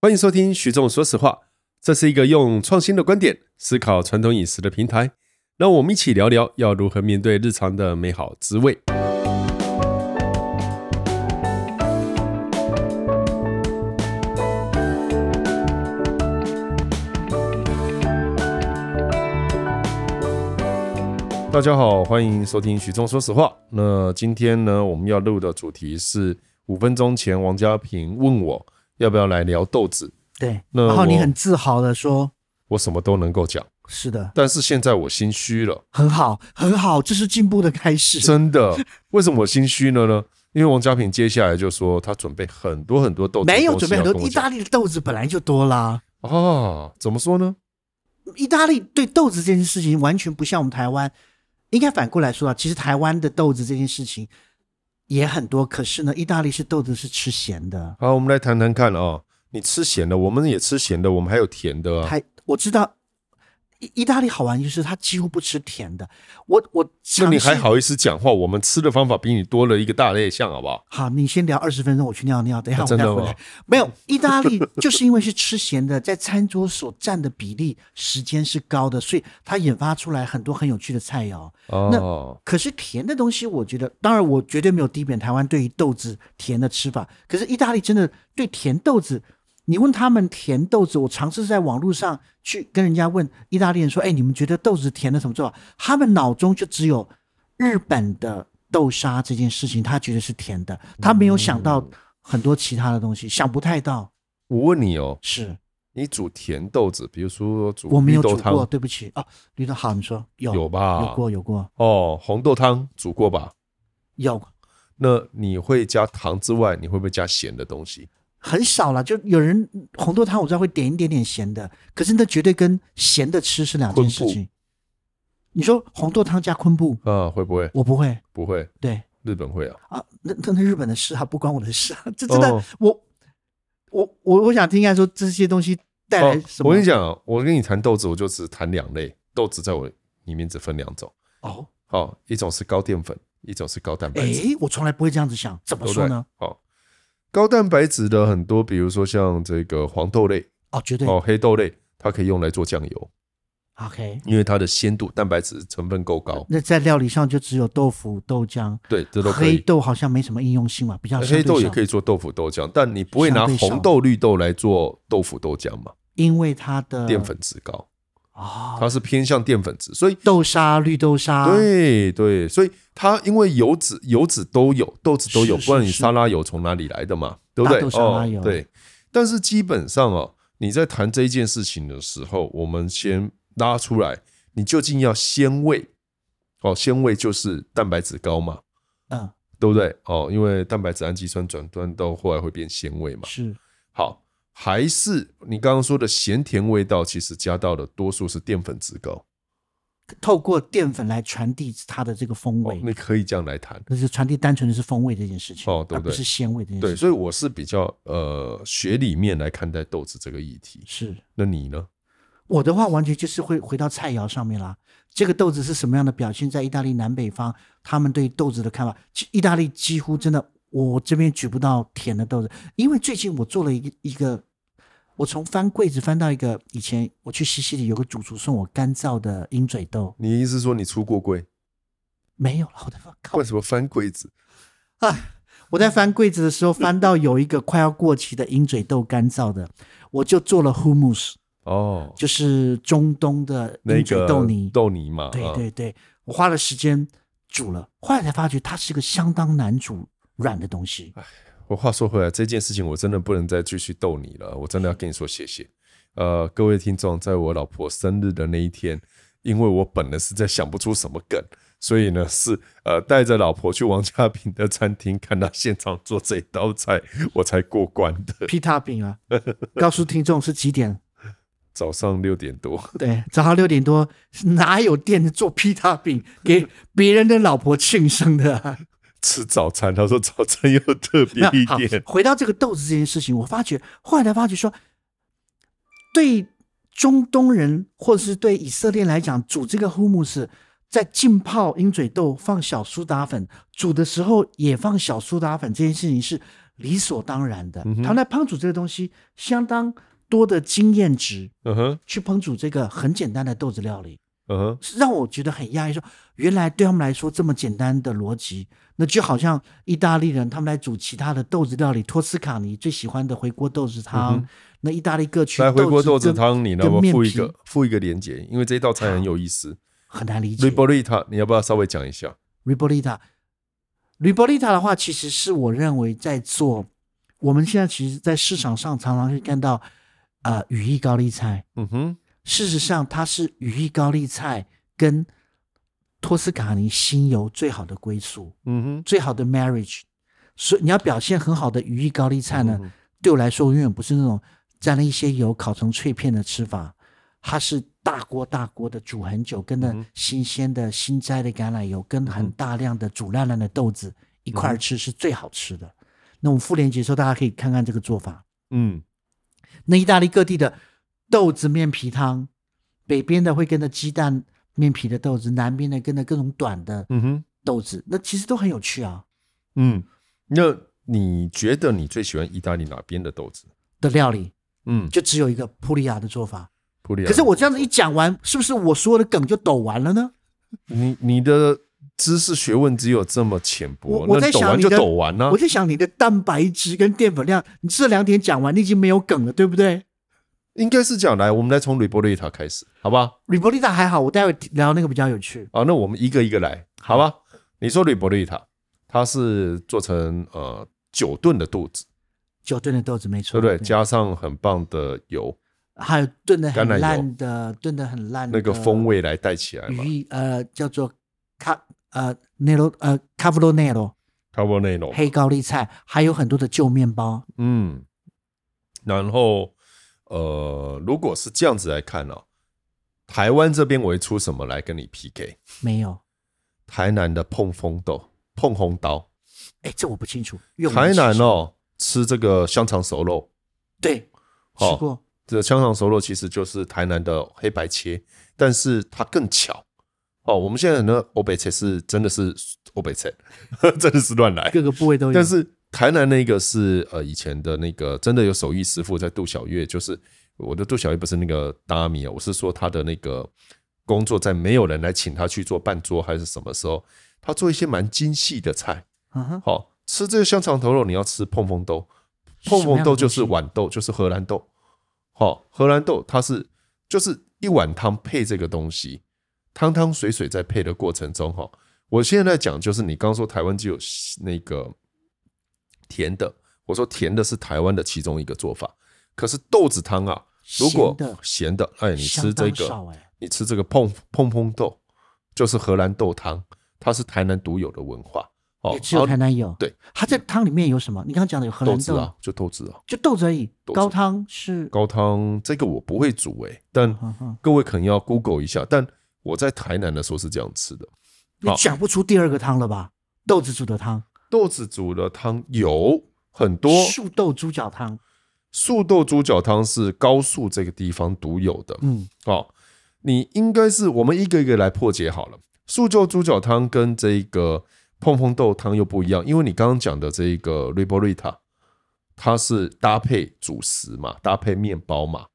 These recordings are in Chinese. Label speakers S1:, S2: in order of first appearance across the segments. S1: 欢迎收听徐总说实话，这是一个用创新的观点思考传统饮食的平台。让我们一起聊聊要如何面对日常的美好滋味。大家好，欢迎收听许忠说实话。那今天呢，我们要录的主题是五分钟前王家平问我要不要来聊豆子，
S2: 对，
S1: 那
S2: 然后你
S1: 我
S2: 很自豪的说
S1: 我什么都能够讲，：“
S2: 是的，
S1: 但是现在我心虚了。
S2: 很好，很好，这是进步的开始。
S1: 真的，为什么我心虚了呢？因为王家平接下来就说他准备很多很多豆”子的东
S2: 没
S1: 西要跟
S2: 有
S1: 我
S2: 准
S1: 讲，
S2: 备很多，意大利的豆子本来就多啦。
S1: 哦，怎么说呢？
S2: 意大利对豆子这件事情完全不像我们台湾，应该反过来说啊，其实台湾的豆子这件事情也很多，可是呢，意大利是豆子是吃咸的。
S1: 好，我们来谈谈看啊、你吃咸的，我们也吃咸的，我们还有甜的啊。
S2: 还我知道意意大利好玩就是它几乎不吃甜的。我我
S1: 那
S2: 尝
S1: 你
S2: 试
S1: 还好意思讲话？我们吃的方法比你多了一个大类项，好不好？
S2: 好，你先聊二十分钟，我去尿尿，等一下
S1: 啊
S2: 我
S1: 真
S2: 再
S1: 的
S2: 回
S1: 吗
S2: 来。没有，意大利 就是因为是吃咸的，在餐桌所占的比例时间是高的，所以它研发出来很多很有趣的菜肴。
S1: 哦，
S2: 可是甜的东西，我觉得，当然我绝对没有低贬台湾对于豆子甜的吃法。可是意大利真的对甜豆子，你问他们甜豆子，我尝试在网络上去跟人家问意大利人说：“哎，你们觉得豆子甜的什么做法？”他们脑中就只有日本的豆沙这件事情，他觉得是甜的，他没有想到很多其他的东西，想不太到。
S1: 我问你哦，
S2: 是
S1: 你煮甜豆子，比如说煮
S2: 我没
S1: 绿
S2: 有
S1: 豆
S2: 煮过，
S1: 汤，
S2: 对不起哦，绿豆好，你说有
S1: 有吧？
S2: 有过有过
S1: 哦，红豆汤煮过吧？
S2: 有
S1: 那你会加糖之外，你会不会加咸的东西？
S2: 很少了，就有人红豆汤我知道会点一点点咸的，可是那绝对跟咸的吃是两件事
S1: 昆
S2: 情。你说红豆汤加昆布，
S1: 啊，会不会？
S2: 我不会，
S1: 不会，
S2: 对
S1: 日本会啊。
S2: 啊，那那那日本的事啊，不关我的事啊， 这真的、
S1: 哦
S2: 我我我我想听一下说这些东西带来
S1: 哦
S2: 什么？
S1: 我跟你讲啊，我跟你谈豆子，我就只谈两类豆子，在我里面只分两种，
S2: 哦，
S1: 好、一种是高淀粉，一种是高蛋白质，
S2: 哎，我从来不会这样子想，怎么
S1: 对不
S2: 说
S1: 对
S2: 呢？？
S1: 好、高蛋白质的很多，比如说像这个黄豆类
S2: 哦，绝对、
S1: 哦，黑豆类，它可以用来做酱油，
S2: OK。
S1: 因为它的鲜度、蛋白质成分够高，
S2: 那在料理上就只有豆腐、豆浆，
S1: 对，这都可
S2: 黑
S1: 以。
S2: 豆啊好像没什么应用性嘛，比较
S1: 黑豆也
S2: 以，
S1: 可以做豆腐豆浆，但你不会拿
S2: 相对少
S1: 红豆、绿豆来做豆腐豆浆嘛？
S2: 因为它的
S1: 淀粉质高，
S2: 啊、
S1: 它是偏向淀粉质，所以
S2: 豆沙、绿豆沙，
S1: 对对，所以它因为油脂油脂都有，豆子都有，
S2: 是是
S1: 不然你
S2: 是
S1: 沙拉油从哪里来的嘛？对不对？
S2: 大豆沙拉油
S1: 哦、对，但是基本上哦，你在谈这一件事情的时候，我们先拉出来，你究竟要鲜味哦，鲜味就是蛋白质高嘛，
S2: 嗯，
S1: 对不对？哦，因为蛋白质氨基酸转端到后来会变鲜味嘛。
S2: 是
S1: 好，还是你刚刚说的咸甜味道，其实加到的多数是淀粉质高。
S2: 透过淀粉来传递它的这个风
S1: 哦
S2: 味，，
S1: 你可以这样来谈。
S2: 那、是传递单纯的是风味这件事情，
S1: 哦对
S2: 而
S1: 对
S2: 不是鲜味这件
S1: 对，
S2: 事情。
S1: 所以我是比较呃学里面来看待豆子这个议题。
S2: 是
S1: 那你呢？
S2: 我的话，完全就是会回到菜肴上面啦。这个豆子是什么样的表现，在意大利南北方他们对豆子的看法，其意大利几乎真的，我这边举不到甜的豆子，因为最近我做了一个一个，我从翻柜子翻到一个以前我去西西里有个主厨送我干燥的鹰嘴豆，
S1: 你意思说你出过柜？
S2: 没有了，我的妈靠
S1: 为！什么翻柜子？
S2: 我在翻柜子的时候，翻到有一个快要过期的鹰嘴豆干燥的，我就做了 hummus，
S1: 哦，
S2: 就是中东的
S1: 那
S2: 鹰嘴
S1: 个
S2: 豆泥。
S1: 豆泥嘛，
S2: 对
S1: 啊
S2: 对对，我花了时间煮了，后来才发觉它是个相当难煮软的 东西。
S1: 我话说回来，这件事情我真的不能再继续逗你了，我真的要跟你说谢谢。呃，各位听众，在我老婆生日的那一天，因为我本来是在想不出什么梗，所以呢是呃带着老婆去王家平的餐厅看他现场做这一道菜，我才过关的。
S2: 披萨饼啊，告诉听众是几点？
S1: 早上六点多，
S2: 对，早上六点多，哪有店做披萨饼给别人的老婆庆生的、啊？
S1: 吃早餐，他说早餐要特别
S2: 那
S1: 一
S2: 好
S1: 点，
S2: 回到这个豆子这件事情，我发觉后来才发觉说，对中东人或者是对以色列来讲，煮这个 hummus 在浸泡鹰嘴豆放小苏打粉，煮的时候也放小苏打粉，这件事情是理所当然的。
S1: 嗯哼
S2: 他们在烹煮这个东西，相当多的经验值
S1: 嗯哼，
S2: 去烹煮这个很简单的豆子料理，
S1: 嗯哼，
S2: 是让我觉得很讶异。说原来对他们来说这么简单的逻辑，那就好像意大利人他们来煮其他的豆子料理，托斯卡尼最喜欢的回锅豆子汤，
S1: 嗯哼
S2: 那意大利各区
S1: 来回锅豆子
S2: 跟
S1: 汤，你呢？
S2: 跟
S1: 我
S2: 面
S1: 附一
S2: 皮
S1: 个附一个连接，因为这道菜很有意思。
S2: 很难理解。
S1: Ribolita，你要不要稍微讲一下？
S2: Ribolita。Ribolita 的话，其实是我认为在做，我们现在其实，在市场上常常会看到，呃，羽翼高丽菜。
S1: 嗯哼，
S2: 事实上，它是羽翼高丽菜跟托斯卡尼新油最好的归宿，
S1: 嗯哼，
S2: 最好的 marriage。所以你要表现很好的羽翼高丽菜呢，
S1: 嗯哼
S2: 对我来说永远不是那种沾了一些油烤成脆片的吃法，它是大锅大锅的煮很久，跟着
S1: 嗯哼
S2: 新鲜的新摘的橄榄油，跟
S1: 嗯
S2: 很
S1: 哼嗯
S2: 大量的煮烂烂的豆子一块儿吃是最好吃的。那我们妇联节的时候，大家可以看看这个做法。
S1: 嗯
S2: 那意大利各地的豆子面皮汤，北边的会跟着鸡蛋面皮的豆子，南边的跟着各种短的
S1: 嗯哼，
S2: 豆子，那其实都很有趣啊。
S1: 嗯。那你觉得你最喜欢意大利哪边的豆子？
S2: 的料理
S1: 嗯，
S2: 就只有一个普利亚的做法，
S1: 普里亚。
S2: 可是我这样子一讲完，是不是我所有的梗就抖完了呢？
S1: 你你的知识学问只有这么浅
S2: 我
S1: 薄，
S2: 我
S1: 那
S2: 在
S1: 抖
S2: 想
S1: 完
S2: 你
S1: 就
S2: 的，
S1: 抖完啊呢、
S2: 我在想你的蛋白质跟淀粉量，你这两点讲完，你已经没有梗了，对不对
S1: 应该是这样。来，我们来从 Ribolita 开始，好吧？
S2: ？Ribolita 还好，我待会聊那个比较有趣。
S1: 啊，那我们一个一个来，好吧？你说 Ribolita，它是做成呃九顿的肚子，
S2: 九炖的豆子没
S1: 对
S2: 错，
S1: 不对？加上很棒的油，
S2: 还有炖的
S1: 橄榄油
S2: 很烂的，炖的很烂的
S1: 那个风味来带起来嘛
S2: 羽翼呃叫做卡呃 nero 呃 c a v o l o n e r o
S1: c a r b o n a r o
S2: 黑高丽菜，还有很多的旧面包，
S1: 嗯，然后呃，如果是这样子来看呢、哦台湾这边我会出什么来跟你 PK？
S2: 没有。
S1: 台南的碰风豆、碰红刀，
S2: 哎，这我不清楚。因为我
S1: 台
S2: 们
S1: 南
S2: 吃
S1: 哦，吃这个香肠熟肉，
S2: 对
S1: 哦
S2: 吃过，
S1: 这香肠熟肉其实就是台南的黑白切，但是它更巧哦。我们现在很多欧北菜是真的是欧北菜， 真的是乱来，
S2: 各个部位都有。
S1: 但是台南那个是呃以前的那个真的有手艺师傅在杜小月，就是我的杜小月不是那个达米啊，我是说他的那个工作在没有人来请他去做半桌还是什么时候，他做一些蛮精细的菜。
S2: 嗯哼，
S1: 好、吃这个香肠头肉，你要吃碰碰豆，碰碰豆就是豌豆，就是荷兰豆。好、荷兰豆它是就是一碗汤配这个东西，汤汤水水在配的过程中，哈、我现在讲就是你刚说台湾就有那个甜的，我说甜的是台湾的其中一个做法，可是豆子汤啊，如果
S2: 咸的
S1: 咸的，哎，你吃
S2: 相
S1: 这
S2: 当
S1: 个，
S2: 少哎，
S1: 你吃这个碰碰碰豆，就是荷兰豆汤，它是台南独有的文化哦
S2: 也。只有
S1: 然
S2: 台
S1: 后
S2: 南有。
S1: 对，
S2: 它这汤里面有什么？你刚刚讲的有荷
S1: 豆
S2: 兰
S1: 子
S2: 豆，
S1: 啊，就豆子啊，
S2: 就豆子而已。
S1: 豆子
S2: 高汤是，
S1: 高汤这个我不会煮诶、但
S2: 嗯哼，
S1: 各位可能要 Google 一下。但我在台南的时候是这样吃的，
S2: 你
S1: 好
S2: 讲不出第二个汤了吧？豆子煮的汤，
S1: 豆子煮的汤有很多，
S2: 素豆猪脚汤。
S1: 素豆猪脚汤是高速这个地方独有的
S2: 嗯，
S1: 哦。你应该是我们一个一个来破解好了。素豆猪脚汤跟这个碰碰豆汤又不一样，因为你刚刚讲的这个 Ribolita，它是搭配主食嘛，搭配面包嘛。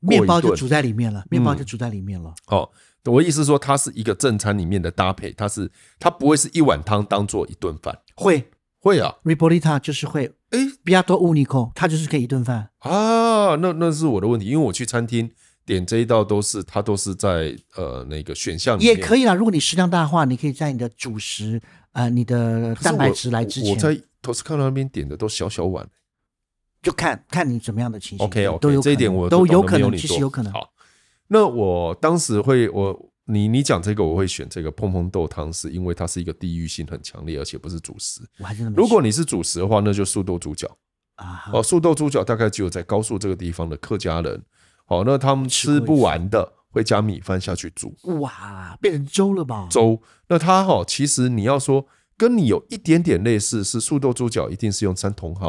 S1: 过一
S2: 面包就
S1: 顿
S2: 煮在里面了，面包
S1: 嗯
S2: 就煮在里面了。
S1: 哦，我意思是说，它是一个正餐里面的搭配，它是它不会是一碗汤当做一顿饭。
S2: 会
S1: 会啊，
S2: Ribolita 就是会，
S1: 哎
S2: 比亚多乌尼克，它就是可以一顿饭。
S1: 啊，那那是我的问题，因为我去餐厅点这一道都是它都是在呃那个选项里
S2: 也
S1: 面
S2: 可以啦，如果你食量大的话，你可以在你的主食，呃，你的
S1: 可是
S2: 蛋
S1: 我
S2: 白质来之
S1: 我我
S2: 前，
S1: 在托斯卡纳那边点的都小小碗。
S2: 就看看你怎么样的情形
S1: OK OK，
S2: 都有可能
S1: 这一点我
S2: 都有
S1: 懂得
S2: 可
S1: 没有
S2: 能，
S1: 你
S2: 其
S1: 多
S2: 实有可能。
S1: 好，那我当时会我。你你讲这个，我会选这个碰碰豆汤，是因为它是一个地域性很强烈，而且不是主食。
S2: 我还真的没
S1: 如果
S2: 吃
S1: 你是主食的话，那就素豆猪脚。
S2: 啊哈，
S1: 哦，素豆猪脚大概只有在高速这个地方的客家人，哦，那他们吃不完的会加米饭下去煮
S2: 哇，变成粥了吧？
S1: 粥。那它哈、哦，其实你要说跟你有一点点类似，是素豆猪脚一定是用山茼蒿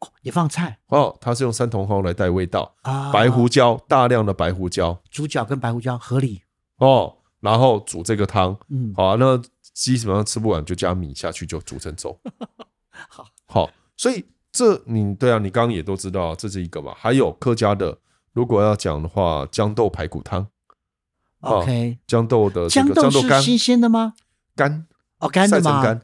S2: 哦也放菜
S1: 哦，它是用山茼蒿来带味道，
S2: 啊，
S1: 白胡椒大量的白胡椒
S2: 猪脚跟白胡椒合理，
S1: 哦，然后煮这个汤，
S2: 嗯，
S1: 好、啊，那基本上吃不完就加米下去就煮成粥。好，好，所以这你对啊，你刚刚也都知道，这是一个嘛。还有客家的，如果要讲的话，豇豆排骨汤，哦
S2: OK，
S1: 豇豆的这
S2: 豇
S1: 个
S2: 豆
S1: 豇豆
S2: 是
S1: 干
S2: 新鲜的吗？
S1: 干
S2: 哦，干
S1: 晒
S2: 的
S1: 成
S2: 吗
S1: 干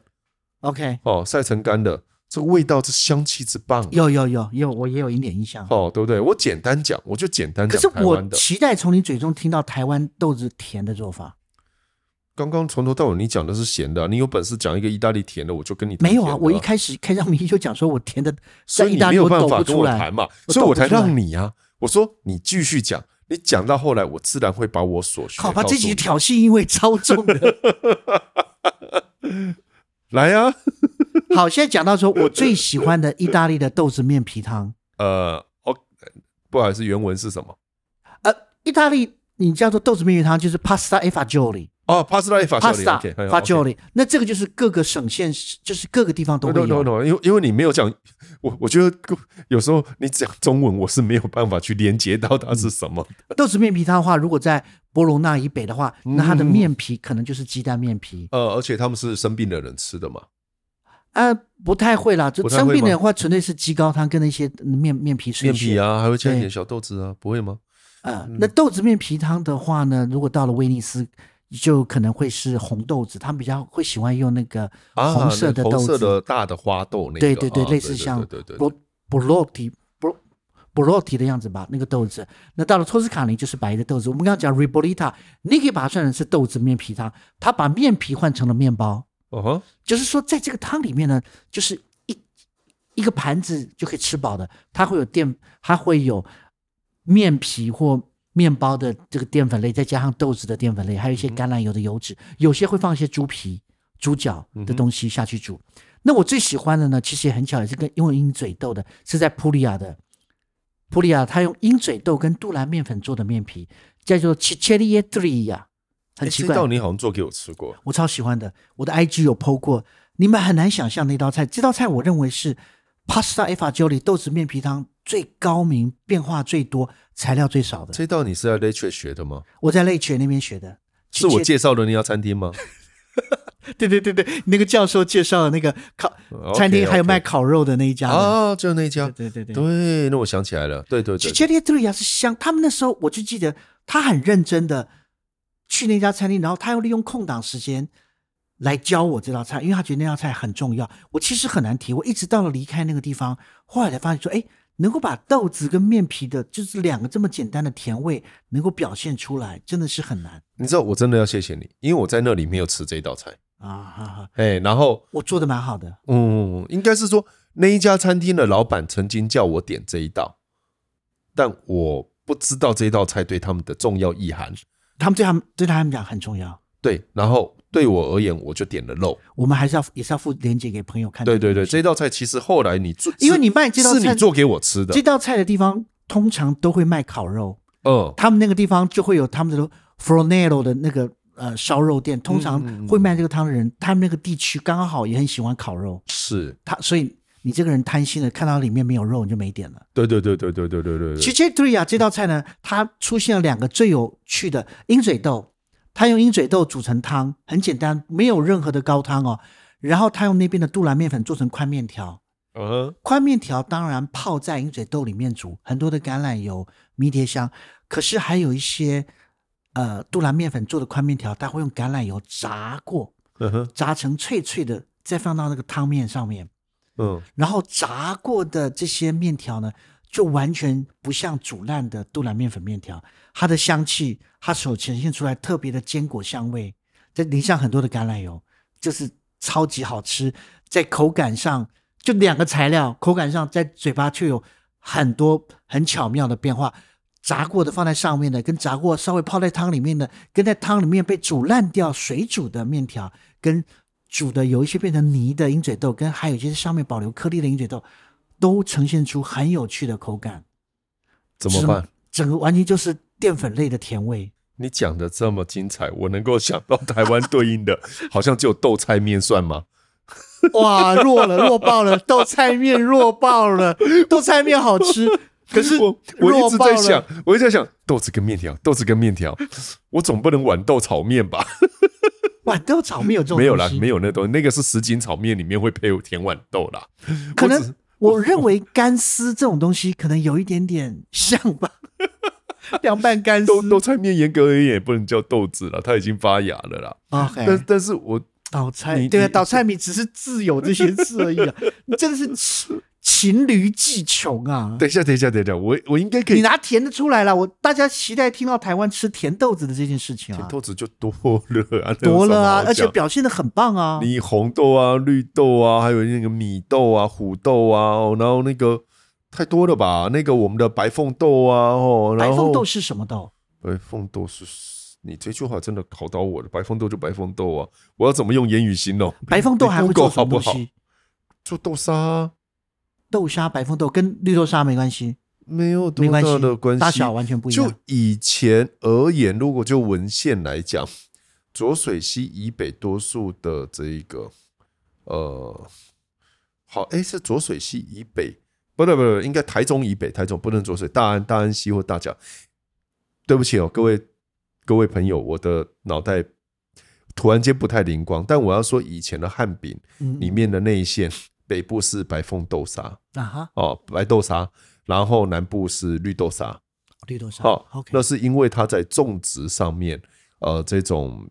S2: ？OK，
S1: 哦，晒成干的，这个味道这香气之棒啊，
S2: 有有有有，我也有一点印象。
S1: 哦，对不对？我简单讲，我就简单
S2: 可是
S1: 讲台
S2: 我
S1: 湾的。
S2: 期待从你嘴中听到台湾豆子甜的做法，
S1: 刚刚从头到尾你讲的是咸的啊，你有本事讲一个意大利甜的，我就跟你谈
S2: 没有
S1: 甜
S2: 啊！
S1: 的
S2: 我一开始开张明就讲说我甜的，
S1: 所
S2: 在
S1: 以
S2: 意
S1: 你
S2: 大
S1: 没
S2: 利
S1: 有办
S2: 抖
S1: 法
S2: 不
S1: 跟
S2: 出
S1: 我
S2: 来，
S1: 谈嘛，
S2: 我
S1: 所以
S2: 抖
S1: 我
S2: 不
S1: 才
S2: 出来
S1: 让你啊，我说你继续讲，你讲到后来，我自然会把我所学
S2: 好吧，
S1: 告
S2: 这
S1: 诉
S2: 集
S1: 你
S2: 挑衅意味超重的。
S1: 来啊，
S2: 好，现在讲到说我最喜欢的意大利的豆子面皮汤，
S1: 呃，哦，不好意思，原文是什么？
S2: 呃，意大利你叫做豆子面皮汤就是 pasta e fagioli。
S1: 哦，pasta e
S2: pasta
S1: fagioli，OK，
S2: f a g i o l i 那这个就是各个省县，就是各个地方都
S1: no no
S2: 会有。
S1: no，因为因为你没有讲，我我觉得有时候你讲中文，我是没有办法去连接到它是什么。
S2: 豆子面皮汤的话，如果在博罗纳以北的话，那它的
S1: 嗯
S2: 面皮可能就是鸡蛋面皮。
S1: 呃，而且他们是生病的人吃的嘛，
S2: 啊，不太会啦，就
S1: 不太会
S2: 生
S1: 吗
S2: 病的话，纯粹是鸡高汤跟那些嗯面面皮碎
S1: 面皮
S2: 屑。
S1: 啊，嗯还会加一
S2: 对
S1: 点小豆子啊，不会吗？
S2: 啊、那豆子面皮汤的话呢，如果到了威尼斯，就可能会是红豆子，他们比较会喜欢用那个
S1: 啊，
S2: 红色的
S1: 那
S2: 豆
S1: 红色
S2: 子。
S1: 的大的花豆那个，
S2: 对对对，
S1: 啊
S2: 类似像
S1: 对对对对
S2: 布布洛提布布洛提的样子吧，那个豆子。那到了托斯卡尼就是白的豆子。我们刚刚讲 ribolita，你可以把它算成是豆子面皮汤，它把面皮换成了面包，
S1: 哦哈，
S2: 就是说在这个汤里面呢，就是一一个盘子就可以吃饱的，它会有淀，它会有面皮或。面包的这个淀粉类，再加上豆子的淀粉类，还有一些橄榄油的油脂，有些会放一些猪皮、猪脚的东西下去煮。那我最喜欢的呢，其实也很巧，也是跟用鹰嘴豆的，是在普利亚的。普利亚他用鹰嘴豆跟杜兰面粉做的面皮，叫做 c i c e l i e t r i a 很
S1: 诶
S2: 奇
S1: 这
S2: 怪
S1: 道，你好像做给我吃过，
S2: 我超喜欢的。我的 IG 有 PO 过，你们很难想象那道菜。这道菜我认为是 pasta e f a g i o l i 豆子面皮汤最高明、变化最多、材料最少的。
S1: 这道你是在 l e t r e 学的吗？
S2: 我在类犬那边学的。
S1: 是我
S2: Cicely-
S1: 介绍的那家餐厅吗？
S2: 对对对对，那个教授介绍的那个烤
S1: 哦 OK，
S2: 餐厅，还有卖
S1: OK
S2: 烤肉的那一家的。
S1: 啊，就那家，
S2: 对对对对。
S1: 对，那我想起来了，对对
S2: 去
S1: 对，
S2: 杰列特里亚是香，他们那时候我就记得他很认真的去那家餐厅，然后他又利用空档时间来教我这道菜，因为他觉得那道菜很重要。我其实很难提，我一直到了离开那个地方，后来才发现说，哎，能够把豆子跟面皮的，就是两个这么简单的甜味能够表现出来，真的是很难
S1: 你知道我真的要谢谢你，因为我在那里没有吃这道菜，
S2: 啊！哈哈，
S1: 哎，然后
S2: 我做的蛮好的
S1: 嗯，应该是说那一家餐厅的老板曾经叫我点这一道，但我不知道这道菜对他们的重要意涵，
S2: 他们对他们对他们讲很重要。
S1: 对，然后对我而言，我就点了肉，
S2: 我们还是要也是要附链接给朋友看。
S1: 对对对，这道菜其实后来你做，
S2: 因为你卖这道
S1: 是
S2: 菜，
S1: 你做给我吃的
S2: 这，道菜的地方通常都会卖烤肉，
S1: 嗯，
S2: 他们那个地方就会有他们的 Fornello 的那个呃烧肉店，通常会卖这个汤的人，他们那个地区刚好也很喜欢烤肉，
S1: 是，
S2: 他所以你这个人贪心了，看到里面没有肉你就没点了。
S1: 对对对对对对对对
S2: 其实
S1: 对，
S2: 这 t r i a 这道菜呢，它出现了两个最有趣的鹰嘴豆，它用鹰嘴豆煮成汤，很简单，没有任何的高汤哦。然后它用那边的杜兰面粉做成宽面条，
S1: 嗯哼，
S2: 宽面条当然泡在鹰嘴豆里面煮，很多的橄榄油、迷迭香，可是还有一些呃杜兰面粉做的宽面条，它会用橄榄油炸过，
S1: 嗯哼，
S2: 炸成脆脆的，再放到那个汤面上面。
S1: 嗯，
S2: 然后炸过的这些面条呢，就完全不像煮烂的杜兰面粉面条，它的香气，它所呈现出来特别的坚果香味，再淋上很多的橄榄油，就是超级好吃。在口感上，就两个材料，口感上在嘴巴却有很多很巧妙的变化。炸过的放在上面的，跟炸过稍微泡在汤里面的，跟在汤里面被煮烂掉水煮的面条，跟煮的有一些变成泥的鹰嘴豆，跟还有一些上面保留颗粒的鹰嘴豆，都呈现出很有趣的口感。
S1: 怎么办？？
S2: 整个完全就是淀粉类的甜味。
S1: 你讲的这么精彩，我能够想到台湾对应的， 好像只有豆菜面算吗？
S2: 哇，弱了，弱爆了！豆菜面弱爆了，豆菜面 好吃，可是
S1: 我我一直在
S2: 弱爆了
S1: 想，我一直在想豆子跟面条，豆子跟面条， 我总不能豌豆炒面吧？
S2: 豌豆炒面有这种
S1: 没有啦，没
S2: 有，
S1: 有那东西，那个是什锦炒面里面会配有甜豌豆啦。
S2: 可
S1: 我只
S2: 能我认为干丝这种东西可能有一点点像吧， 凉拌干丝
S1: 豆豆菜面严格而言也不能叫豆子了，它已经发芽了啦。但
S2: OK，
S1: 但是我
S2: 倒菜
S1: 你
S2: 对啊，
S1: 你
S2: 倒菜米只是自有这些字而已 啊，你真的是勤黔驴技穷啊！
S1: 等一下，等一下，等一下，我我应该可
S2: 你
S1: 以。
S2: 拿甜的出来了，我大家期待听到台湾吃甜豆子的这件事情
S1: 甜
S2: 啊，
S1: 豆子就多了啊，
S2: 多了啊，
S1: 那
S2: 而
S1: 有什
S2: 且
S1: 么好讲
S2: 表现的很棒啊。
S1: 你红豆啊、绿豆啊，还有那个米豆啊、虎豆啊，哦然后那个太多了吧？那个我们的白凤豆啊，哦，然
S2: 白
S1: 后
S2: 凤豆是什么豆？
S1: 白凤豆是，你这句话真的考倒我了。白凤豆就白凤豆啊，我要怎么用言语形容？
S2: 白凤豆还
S1: 你
S2: 会
S1: Google
S2: 做什么东
S1: 好不好
S2: 西？
S1: 做豆沙、啊、
S2: 豆沙、白凤豆跟绿豆沙没关系，
S1: 没有
S2: 没
S1: 多
S2: 关
S1: 大
S2: 系，
S1: 的关系，
S2: 大小完全不一
S1: 就
S2: 样。
S1: 以前而言，如果就文献来讲，浊水溪以北多数的这一个，呃，好，哎、是浊水溪以北，不对不对，应该台中以北，台中不能浊水，大安大安溪或大甲。对不起哦，各位各位朋友，我的脑袋突然间不太灵光，但我要说以前的汉饼
S2: 嗯
S1: 里面的内馅，北部是白凤豆沙
S2: 啊哈，
S1: 哦，白豆沙，然后南部是绿豆沙。
S2: 绿豆沙。
S1: 好、
S2: OK，
S1: 那是因为它在种植上面，呃，这种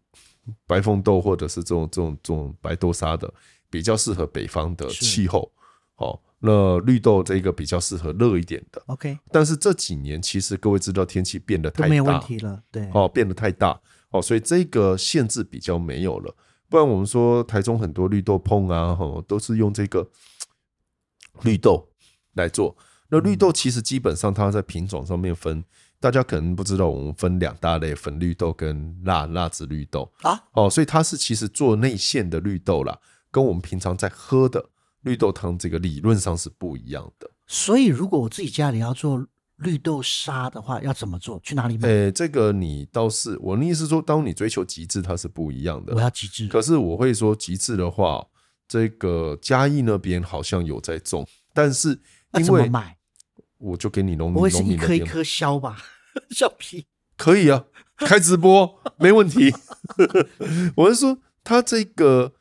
S1: 白凤豆或者是这种这种这种白豆沙的，比较适合北方的
S2: 是
S1: 气候。好、那绿豆这个比较适合热一点的。
S2: OK
S1: 但是这几年其实各位知道天气变得
S2: 都
S1: 太
S2: 没有问
S1: 大，
S2: 题了。对，
S1: 哦，变得太大哦，所以这个限制比较没有了。不然我们说台中很多绿豆碰啊，哦，都是用这个绿豆来做。那绿
S2: 嗯
S1: 豆其实基本上它在品种上面分，大家可能不知道，我们分两大类：粉绿豆跟辣辣子绿豆。
S2: 啊，
S1: 哦，所以它是其实做内馅的绿豆啦，跟我们平常在喝的绿豆汤这个理论上是不一样的。
S2: 所以如果我自己家里要做绿豆沙的话，要怎么做？去哪里买？
S1: 诶、这个你倒是，我的意思是说，当你追求极致，它是不一样的。
S2: 我要极致。
S1: 可是我会说极致的话，哦这个嘉义那边好像有在种，但是
S2: 那
S1: 因
S2: 怎么
S1: 为
S2: 买？
S1: 我就给你农
S2: 不
S1: 民
S2: 会是
S1: 农
S2: 一
S1: 民那
S2: 颗一
S1: 边
S2: 颗削吧？ 削皮。
S1: 可以啊，开直播没问题。 我是说，它这个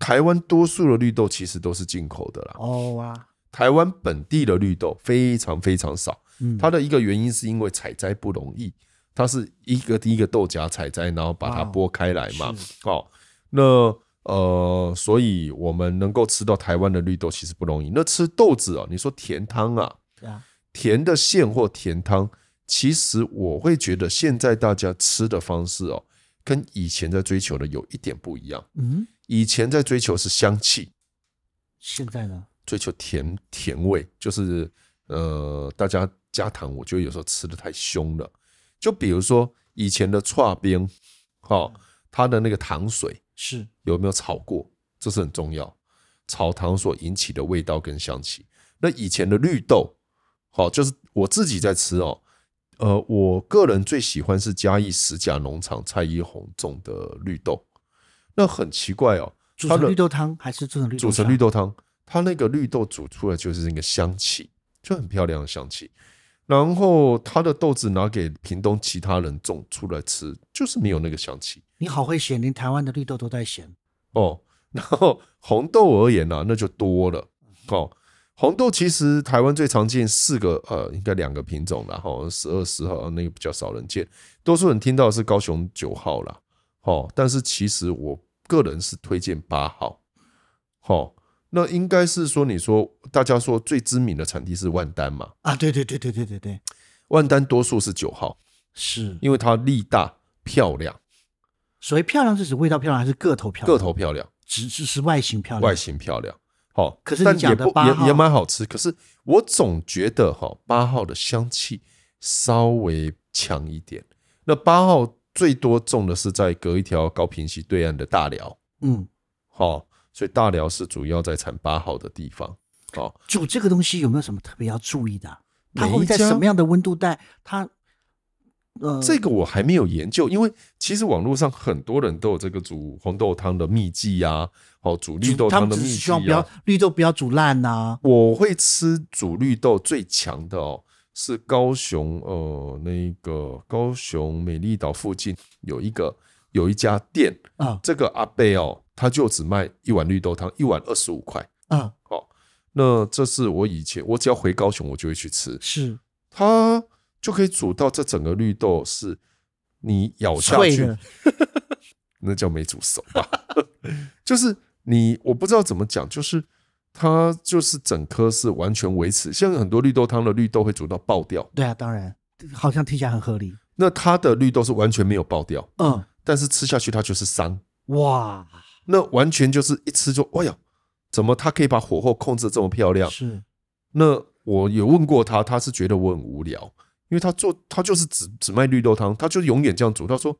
S1: 台湾多数的绿豆其实都是进口的啦，
S2: 哦啊，
S1: 台湾本地的绿豆非常非常少。
S2: 嗯，
S1: 它的一个原因是因为采摘不容易，它是一个第一个豆荚采摘，然后把它
S2: 哇哦
S1: 剥开来嘛。
S2: 是
S1: 哦，那呃，所以我们能够吃到台湾的绿豆其实不容易。那吃豆子啊，你说甜汤啊，
S2: 对啊，
S1: 甜的馅或甜汤，其实我会觉得现在大家吃的方式哦，跟以前在追求的有一点不一样。
S2: 嗯，
S1: 以前在追求是香气，
S2: 现在呢？
S1: 追求甜甜味，就是呃，大家加糖，我觉得有时候吃的太凶了。就比如说以前的串冰，哦，它的那个糖水
S2: 是
S1: 有没有炒过，这是很重要。炒糖所引起的味道跟香气。那以前的绿豆，好、就是我自己在吃哦。呃，我个人最喜欢是嘉义石甲农场蔡一红种的绿豆。那很奇怪哦，
S2: 煮
S1: 它
S2: 成
S1: 的
S2: 绿豆汤还是做成绿豆
S1: 煮
S2: 沙？
S1: 成绿豆汤，它那个绿豆煮出来就是那个香气，就很漂亮的香气。然后它的豆子拿给屏东其他人种出来吃，就是没有那个香气
S2: 你好会咸，连台湾的绿豆都在咸。
S1: 哦。 然后红豆而言呢、啊，那就多了哦。红豆其实台湾最常见四个呃，应该两个品种啦，哈，十二十号哦那个比较少人见，多数人听到的是高雄九号啦，哦，但是其实我个人是推荐八号，哦，那应该是说你说大家说最知名的产地是万丹嘛，
S2: 啊，对对对对对对对，
S1: 万丹多数是九号，
S2: 是。
S1: 因为它力大漂亮，
S2: 所谓漂亮是指味道漂亮还是个头漂亮？
S1: 个头漂亮，
S2: 只只是外形漂亮。
S1: 外形漂亮，好、
S2: 啊可是你
S1: 但
S2: 讲
S1: 也
S2: 的
S1: 不
S2: 八号
S1: 也也蛮好吃，可是我总觉得哈、八号的香气稍微强一点，那八号最多种的是在隔一条高平溪对岸的大寮，
S2: 嗯，
S1: 好、所以大寮是主要在产八号的地方，好、
S2: 煮这个东西有没有什么特别要注意的啊、它
S1: 每
S2: 会
S1: 一
S2: 在
S1: 家
S2: 什么样的温度带？它呃，
S1: 这个我还没有研究，因为其实网络上很多人都有这个煮红豆汤的秘籍啊，哦，煮绿豆
S2: 他
S1: 汤
S2: 们
S1: 的
S2: 只
S1: 秘
S2: 是希
S1: 籍
S2: 望不
S1: 啊
S2: 要。绿豆不要煮烂啊呐、
S1: 我会吃煮绿豆最强的哦，是高雄呃那个高雄美丽岛附近有一个有一家店，
S2: 啊。啊
S1: 这个阿贝哦，他就只卖一碗绿豆汤，一碗二十五块。
S2: 啊，
S1: 哦，那这是我以前，我只要回高雄，我就会去吃，
S2: 是
S1: 它就可以煮到这整个绿豆是你咬下
S2: 脆
S1: 去
S2: 的，，
S1: 那叫没煮熟吧？ 就是你，我不知道怎么讲，就是它就是整颗是完全维持，像很多绿豆汤的绿豆会煮到爆掉，
S2: 对啊，当然，好像听起来很合理。
S1: 那它的绿豆是完全没有爆掉，
S2: 嗯，
S1: 但是吃下去它就是伤，
S2: 哇，
S1: 那完全就是一吃就，哎呀，怎么它可以把火候控制得这么漂亮？
S2: 是
S1: 那我有问过他，他是觉得我很无聊，因为他做他就是只只卖绿豆汤，他就永远这样煮。他说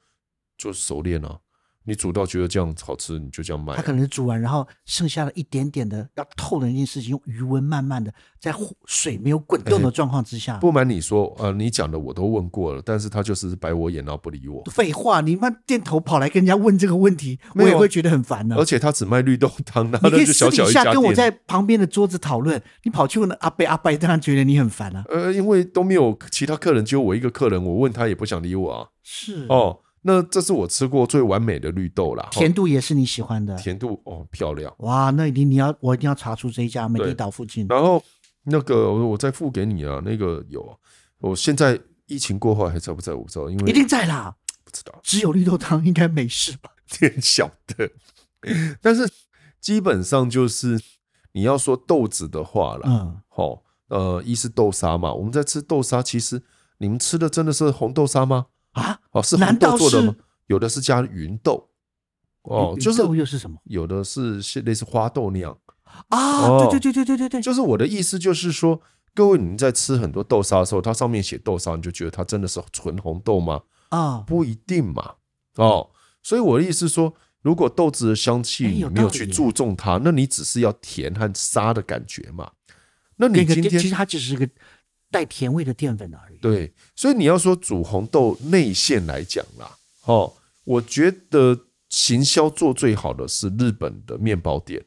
S1: 就是熟练啊，你煮到觉得这样好吃，你就这样卖
S2: 他。可能煮完，然后剩下了一点点的要透的那件事情，用余温慢慢的在火水没有滚动的状况之下，
S1: 哎不瞒你说，呃，你讲的我都问过了，但是他就是白我眼，然后不理我。
S2: 废话，你妈店头跑来跟人家问这个问题，我
S1: 没有啊
S2: 也会觉得很烦呢、
S1: 而且他只卖绿豆汤，然后
S2: 你可
S1: 那
S2: 以
S1: 就
S2: 私
S1: 小小
S2: 底
S1: 一
S2: 下
S1: 家
S2: 跟我在
S1: 店。
S2: 旁边的桌子讨论，你跑去问阿贝阿伯，当然觉得你很烦啊。
S1: 呃，因为都没有其他客人，只有我一个客人，我问他也不想理我啊。
S2: 是，
S1: 哦，那这是我吃过最完美的绿豆啦，哦
S2: 嗯甜度也是你喜欢的。
S1: 甜度哦漂亮。
S2: 哇，那一定你要我一定要查出这一家美
S1: 对
S2: 丽岛附近。
S1: 然后那个我再付给你啊，那个有啊，我现在疫情过后还在不在我不知道，因为
S2: 一定在啦，
S1: 不知道
S2: 只有绿豆汤应该没事吧？
S1: 天晓得。但是基本上就是你要说豆子的话啦，
S2: 嗯，
S1: 好、呃，一是豆沙嘛，我们在吃豆沙，其实你们吃的真的是红豆沙吗？
S2: 啊，
S1: 哦，是
S2: 难
S1: 红豆
S2: 道
S1: 做的吗
S2: 是？
S1: 有的是加芸豆，哦，
S2: 绿
S1: 就是
S2: 绿豆又是什么
S1: 有的是是类似花豆那样。
S2: 啊？
S1: 哦
S2: 对对对对对对对，
S1: 就是我的意思就是说，各位你们在吃很多豆沙的时候，它上面写豆沙，你就觉得它真的是纯红豆吗？
S2: 啊，
S1: 不一定嘛。哦，所以我的意思是说，如果豆子的香气
S2: 哎
S1: 你
S2: 有道理
S1: 没有去注重它，那你只是要甜和沙的感觉嘛。那你
S2: 那个
S1: 今
S2: 淀其实
S1: 天
S2: 它只是个带甜味的淀粉而已。
S1: 对，所以你要说煮红豆内馅来讲啦，哦，我觉得行销做最好的是日本的面包店，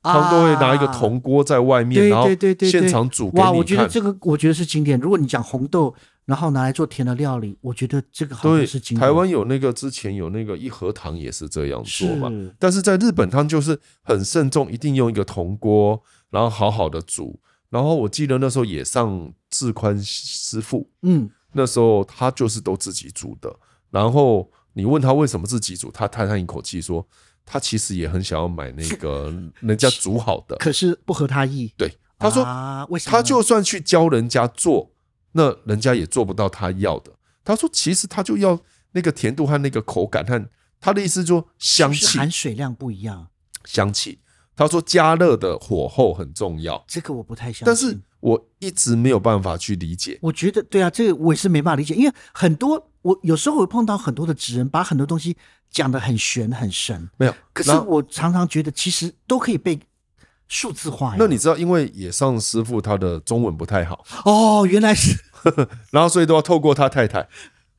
S2: 啊，
S1: 他们都会拿一个铜锅在外面，
S2: 对
S1: 然后
S2: 对对对对
S1: 现场煮给
S2: 哇，我
S1: 你
S2: 觉得
S1: 看。
S2: 这个我觉得是经典。如果你讲红豆，然后拿来做甜的料理，我觉得这个好
S1: 对
S2: 像是经典。
S1: 台湾有那个之前有那个一盒糖也是这样做嘛，
S2: 是
S1: 但是在日本他们就是很慎重，一定用一个铜锅，然后好好的煮。然后我记得那时候也上志宽师傅，
S2: 嗯，
S1: 那时候他就是都自己煮的。然后你问他为什么自己煮，他叹叹一口气说，他其实也很想要买那个 人家煮好的。
S2: 可是不合他意。
S1: 对，他说
S2: 啊，为什么呢？
S1: 他就算去教人家做，那人家也做不到他要的。他说，其实他就要那个甜度和那个口感和他的意思，说香
S2: 是
S1: 气
S2: 含水量不一样，
S1: 香气。他说加热的火候很重要，
S2: 这个我不太相信。
S1: 但是我一直没有办法去理解。
S2: 我觉得对啊，这个我也是没办法理解，因为很多我有时候会碰到很多的职人，把很多东西讲得很玄很神，
S1: 没有，
S2: 可是
S1: 然后
S2: 我常常觉得其实都可以被数字化呀。
S1: 那你知道，因为野上师傅他的中文不太好，
S2: 哦，原来是
S1: 然后所以都要透过他太太。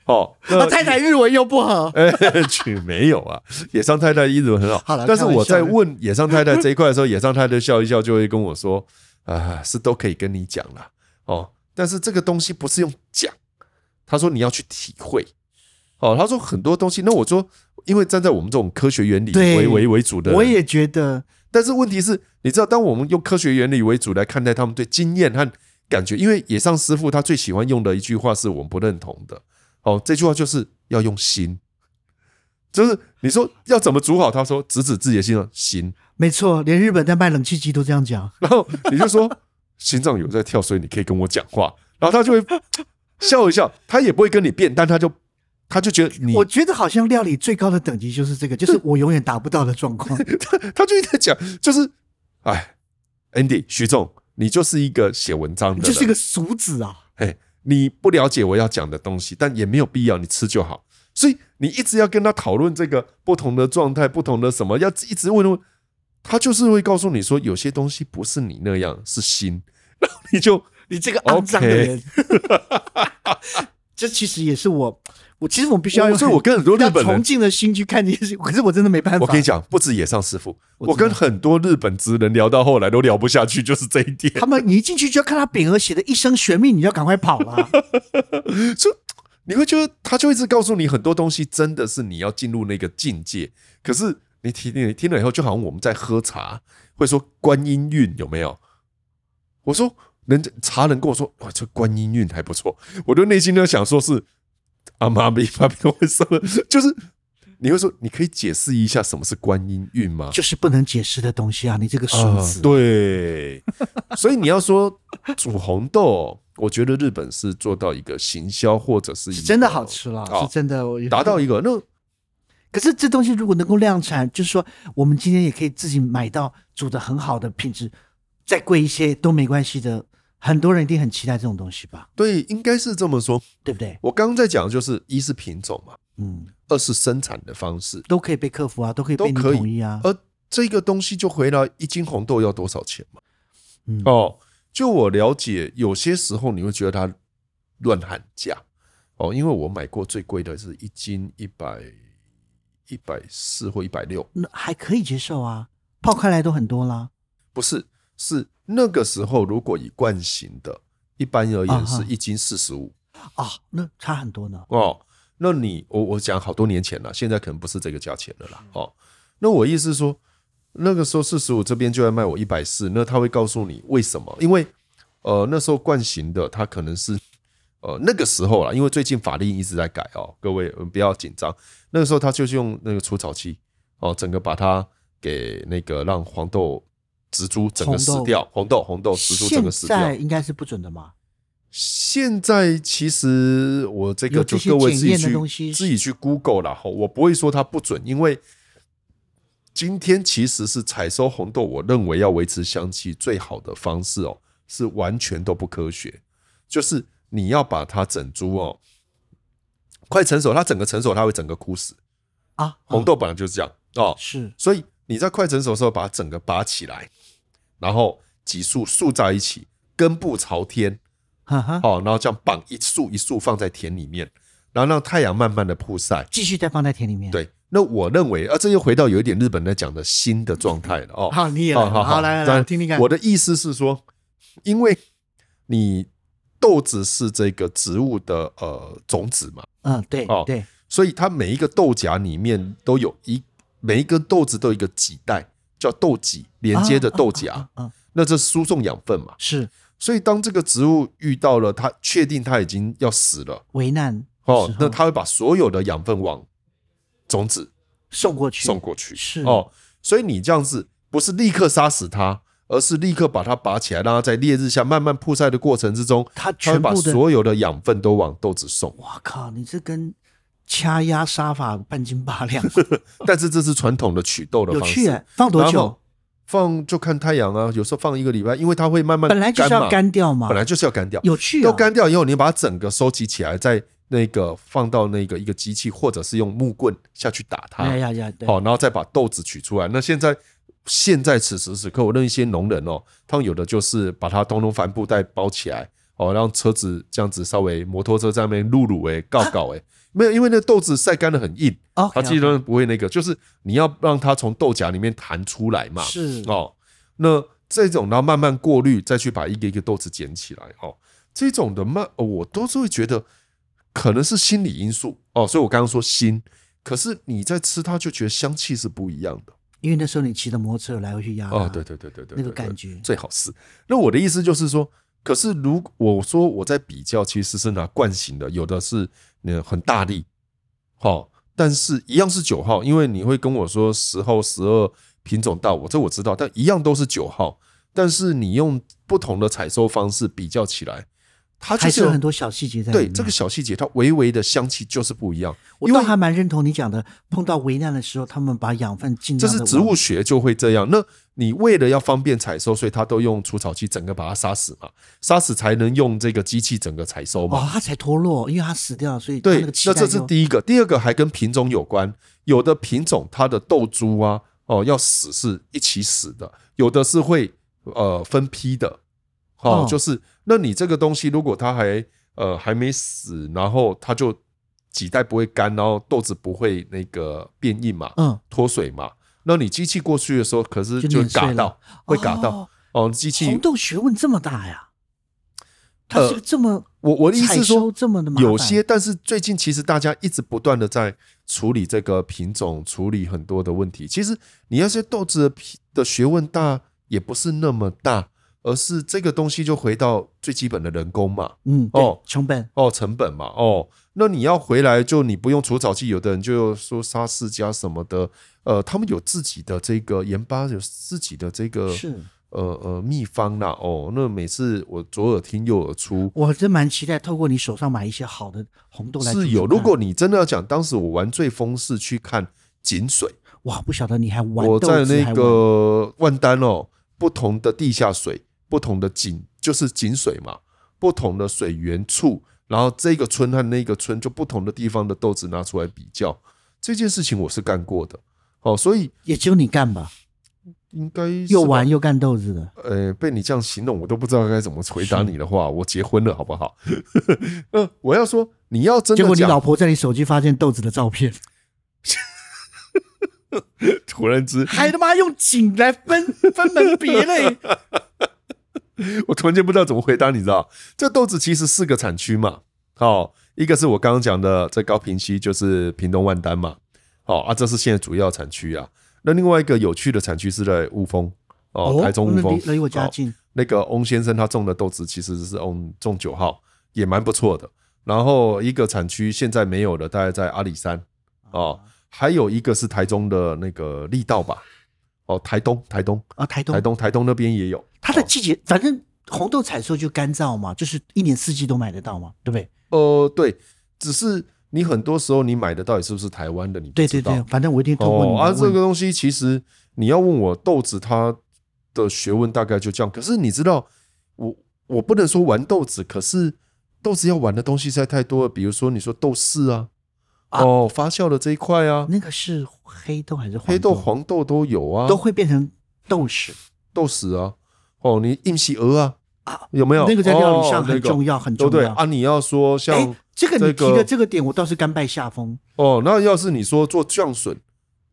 S1: 哦，
S2: 他
S1: 那
S2: 太太日文又不好，
S1: 哎， 去没有啊，野上太太一直很好。
S2: 好了
S1: 但是我在
S2: 开玩笑的
S1: 问野上太太这一块的时候，野上太太笑一笑就会跟我说：“啊、是都可以跟你讲啦，哦，但是这个东西不是用讲，他说你要去体会。”哦，他说很多东西，那我说，因为站在我们这种科学原理
S2: 对
S1: 为为为主的人，
S2: 我也觉得
S1: 但是问题是，你知道，当我们用科学原理为主来看待他们对经验和感觉，因为野上师傅他最喜欢用的一句话是我们不认同的。哦，这句话就是要用心，就是你说要怎么煮好，他说直指自己的心脏，心，
S2: 没错，连日本在卖冷气机都这样讲。
S1: 然后你就说心脏有在跳，所以你可以跟我讲话，然后他就会笑一笑，他也不会跟你辩，但他就他就觉得你
S2: 我觉得好像料理最高的等级就是这个，就是我永远达不到的 状况。
S1: 他就一直在讲，就是哎，Andy 徐总，你就是一个写文章的
S2: 你
S1: 人，
S2: 就是个俗子啊！
S1: 哎，你不了解我要讲的东西，但也没有必要，你吃就好。所以你一直要跟他讨论这个不同的状态、不同的什么，要一直问问，他就是会告诉你说，有些东西不是你那样，是心， 然后你就
S2: 你这个肮脏的人， 这其实也是我，我其实我必须要用
S1: 我
S2: 很，
S1: 哦所以我跟很多日
S2: 要
S1: 本人
S2: 崇敬的心去看这件事，可是我真的没办法。
S1: 我跟你，讲，不止野上师傅，
S2: 我
S1: 我
S2: 知道
S1: 跟很多日本职人聊到后来都聊不下去，就是这一点。
S2: 他们你一进去就要看他匾额写的一生玄命，你就要赶快跑啊 了。
S1: 就你会觉得他就一直告诉你很多东西，真的是你要进入那个境界。可是你听你听了以后，就好像我们在喝茶，会说观音韵有没有？我说人家茶人跟我说，哇，这观音韵还不错。我就内心呢想说是阿妈咪发变会上了，就是你会说你可以解释一下什么是观音韵吗？
S2: 就是不能解释的东西啊！你这个数
S1: 啊
S2: 字，
S1: 对，所以你要说煮红豆，我觉得日本是做到一个行销或者是一
S2: 是真的
S1: 个
S2: 好吃了，
S1: 啊
S2: 是真的我
S1: 达到一个那
S2: 可是这东西如果能够量产，就是说我们今天也可以自己买到煮的很好的品质，再贵一些都没关系的。很多人一定很期待这种东西吧，
S1: 对，应该是这么说。
S2: 对不对？
S1: 我刚刚在讲的就是一是品种嘛，
S2: 嗯，
S1: 二是生产的方式，
S2: 都可以被克服啊，都可以
S1: 都
S2: 被你
S1: 可以
S2: 同意啊。
S1: 而这个东西就回到一斤红豆要多少钱嘛？
S2: 嗯
S1: 哦，就我了解，有些时候你会觉得它乱喊价哦，因为我买过最贵的是一斤一百一百四或一百六，
S2: 那还可以接受啊，泡开来都很多啦。
S1: 不是，是那个时候如果以惯型的，一般而
S2: 啊
S1: 言
S2: 哈
S1: 是一斤四十五
S2: 啊、那差很多呢。
S1: 哦。那你我我讲好多年前了，现在可能不是这个价钱了啦。
S2: 嗯
S1: 哦，那我意思是说，那个时候四十五这边就要卖我一百四，那他会告诉你为什么？因为呃那时候惯型的它可能是。呃，那个时候啦，因为最近法令一直在改哦，各位、呃不要紧张。那个时候他就是用那个除草剂哦，整个把它给那个让黄豆植株整个
S2: 红
S1: 死
S2: 豆
S1: 掉，红豆红豆植株整
S2: 现
S1: 个死掉。
S2: 在应该是不准的嘛，
S1: 现在其实我这
S2: 有
S1: 个就
S2: 这些
S1: 各位自
S2: 检
S1: 己
S2: 验的
S1: 去
S2: 东西
S1: 自己去 Google 啦，吼，我不会说它不准，因为今天其实是采收红豆，我认为要维持香气最好的方式哦，是完全都不科学，就是你要把它整株哦，快成熟，它整个成熟它会整个枯死，
S2: 啊，
S1: 红
S2: 啊
S1: 豆本来就是这样哦，
S2: 是
S1: 所以你在快成熟的时候把它整个拔起来，然后几束束在一起，根部朝天。
S2: 哈哈，
S1: 好、然后这样绑一束一束放在田里面，然后让太阳慢慢的曝晒。
S2: 继续再放在田里面。，
S1: 对，那我认为啊，这又回到有一点日本在讲的新的状态了哦。
S2: 好，你也来，
S1: 好好
S2: 来来
S1: 当
S2: 来，
S1: 然
S2: 我听听看。
S1: 我的意思是说，因为你豆子是这个植物的呃种子嘛，
S2: 嗯，对
S1: 哦
S2: 对，
S1: 所以它每一个豆荚里面都有一每一根豆子都有一个脐带，叫豆脐，连接着豆荚，
S2: 啊啊啊啊
S1: 那这输送养分嘛。
S2: 是
S1: 所以当这个植物遇到了它确定它已经要死了。
S2: 危难
S1: 哦
S2: 时，
S1: 那
S2: 候
S1: 它会把所有的养分往种子
S2: 送过去，
S1: 送过去，
S2: 是
S1: 哦，所以你这样子不是立刻杀死它，而是立刻把它拔起来，让它在烈日下慢慢曝晒的过程之中，
S2: 它
S1: 它会
S2: 全
S1: 把
S2: 部的哦
S1: 所有的养分都往豆子送。
S2: 哇靠！你这跟掐压杀法半斤八 两，
S1: 但是这是传统的取豆的
S2: 有
S1: 方
S2: 趣
S1: 式
S2: 耶，！放多
S1: 然
S2: 久
S1: 后？放就看太阳啊，有时候放一个礼拜，因为它会慢慢
S2: 本来就是要
S1: 嘛
S2: 干掉嘛，
S1: 本来就是要干掉，
S2: 有趣
S1: 都
S2: 啊！
S1: 干掉以后，你把它整个收集起来，再那个放到那个一个机器，或者是用木棍下去打它。
S2: 哎呀呀，对，
S1: 好、然后再把豆子取出来。那现在现在此时此刻，我认一些农人哦，他们有的就是把它通通帆布袋包起来，哦，让车子这样子稍微摩托车在那边露露哎，告告
S2: 啊
S1: 哎，没有，因为那豆子晒干的很硬，
S2: 哦，
S1: 它基本上不会那个，就是你要让它从豆荚里面弹出来嘛，
S2: 是
S1: 哦，那这种然后慢慢过滤，再去把一个一个豆子捡起来哦，这种的慢，呃我都是会觉得可能是心理因素哦，所以我刚刚说心，可是你在吃它就觉得香气是不一样的
S2: 因为那时候你骑着摩托车有来回去压
S1: 哦
S2: 它，
S1: 对对对对对，
S2: 啊那个
S1: 对
S2: 感
S1: 对
S2: 觉
S1: 最好是。那我的意思就是说，可是如我说我在比较，其实是拿惯型的，有的是嗯很大力，好、但是一样是九号，因为你会跟我说十号、十二品种大，我这我知道，但一样都是九号，但是你用不同的采收方式比较起来，它就
S2: 还是
S1: 有
S2: 有很多嗯小细节在里
S1: 对
S2: 面。
S1: 这个小细节，它微微的香气就是不一样，
S2: 我
S1: 因
S2: 倒
S1: 为
S2: 还蛮认同你讲的，碰到危难的时候，他们把养分尽
S1: 这
S2: 量
S1: 是
S2: 的
S1: 植物学就会这样。那你为了要方便采收，所以它都用除草剂整个把它杀死嘛，杀死才能用这个机器整个采收嘛。
S2: 哦，它才脱落，因为它死掉了，所以它
S1: 对，
S2: 那个
S1: 那
S2: 脐带
S1: 这是
S2: 就
S1: 第一个，第二个还跟品种有关，有的品种它的豆株啊，哦，要死是一起死的，有的是会呃分批的，哦，
S2: 哦
S1: 就是那你这个东西如果它还呃还没死，然后它就几代不会干，然后豆子不会那个变硬嘛，
S2: 嗯，
S1: 脱水嘛。那你机器过去的时候，可是
S2: 就
S1: 就
S2: 碾碎
S1: 嘎
S2: 了
S1: 到，会嘎到
S2: 哦
S1: 哦。机器
S2: 红，豆学问这么大呀？它是个这么
S1: 我呃我的意思是
S2: 采收
S1: 说，
S2: 这么的麻烦
S1: 有些，但是最近其实大家一直不断的在处理这个品种，处理很多的问题。其实你要是豆子的品的学问大，也不是那么大。而是这个东西就回到最基本的人工嘛，
S2: 嗯，对
S1: 哦
S2: 成本，
S1: 哦，成本嘛，哦，那你要回来就你不用除草剂，有的人就说杀世家什么的，呃，他们有自己的这个研发，有自己的这个
S2: 是
S1: 呃呃秘方啦，哦，那每次我左耳听右耳出。
S2: 我真蛮期待透过你手上买一些好的红豆来煮
S1: 是
S2: 煮
S1: 有，
S2: 看
S1: 如果你真的要讲，当时我玩最疯是去看井水，
S2: 哇，不晓得你还玩
S1: 我
S2: 豆
S1: 在
S2: 子
S1: 那
S2: 还玩
S1: 个万丹哦，不同的地下水，不同的井，就是井水嘛，不同的水源处，然后这个村和那个村就不同的地方的豆子拿出来比较，这件事情我是干过的。哦，所以
S2: 也只有你干吧，
S1: 应该是
S2: 又
S1: 吧
S2: 玩又干豆子的，
S1: 呃，被你这样形容，我都不知道该怎么回答你的话。我结婚了，好不好？ 呃，我要说，你要真
S2: 结
S1: 的
S2: 果你老
S1: 讲，
S2: 婆在你手机发现豆子的照片，
S1: 突然之，
S2: 还他妈用井来分 分门别类，
S1: 我突然间不知道怎么回答，你知道？这豆子其实四个产区嘛，哦，一个是我刚刚讲的这高平溪，就是屏东万丹嘛，哦啊，这是现在主要产区啊。那另外一个有趣的产区是在雾峰，哦，台中雾
S2: 那
S1: 峰
S2: 离离我家
S1: 哦
S2: 近，
S1: 那个翁先生他种的豆子其实是翁种九号，也蛮不错的。然后一个产区现在没有了，大概在阿里山
S2: 啊
S1: 哦，还有一个是台中的那个力道吧，哦，台东台东
S2: 啊，台东
S1: 台东哦台东那边也有，
S2: 它的季节，反正红豆采收就干燥嘛，就是一年四季都买得到嘛，对不对？
S1: 呃，对，只是你很多时候你买的到底是不是台湾的，你不
S2: 对
S1: 知
S2: 对
S1: 道
S2: 对，反正我一定通过你
S1: 哦，
S2: 来
S1: 啊，
S2: 问。
S1: 这个东西其实你要问我豆子它的学问大概就这样，可是你知道，我我不能说玩豆子，可是豆子要玩的东西实在太多了，比如说你说豆豉啊，
S2: 啊
S1: 哦，发酵的这一块啊，
S2: 那个是黑豆还是黄
S1: 黑豆、黄豆都有啊，
S2: 都会变成豆豉，
S1: 豆豉啊，哦，你硬皮鹅啊，
S2: 啊
S1: 有没有？
S2: 那个在料理上
S1: 哦那
S2: 很
S1: 个
S2: 重要，很
S1: 都
S2: 重
S1: 对
S2: 要。
S1: 啊，你要说
S2: 哎、
S1: 像
S2: 这个你
S1: 这
S2: 提
S1: 个
S2: 的这个点，我倒是甘拜下风。
S1: 哦，那要是你说做降笋，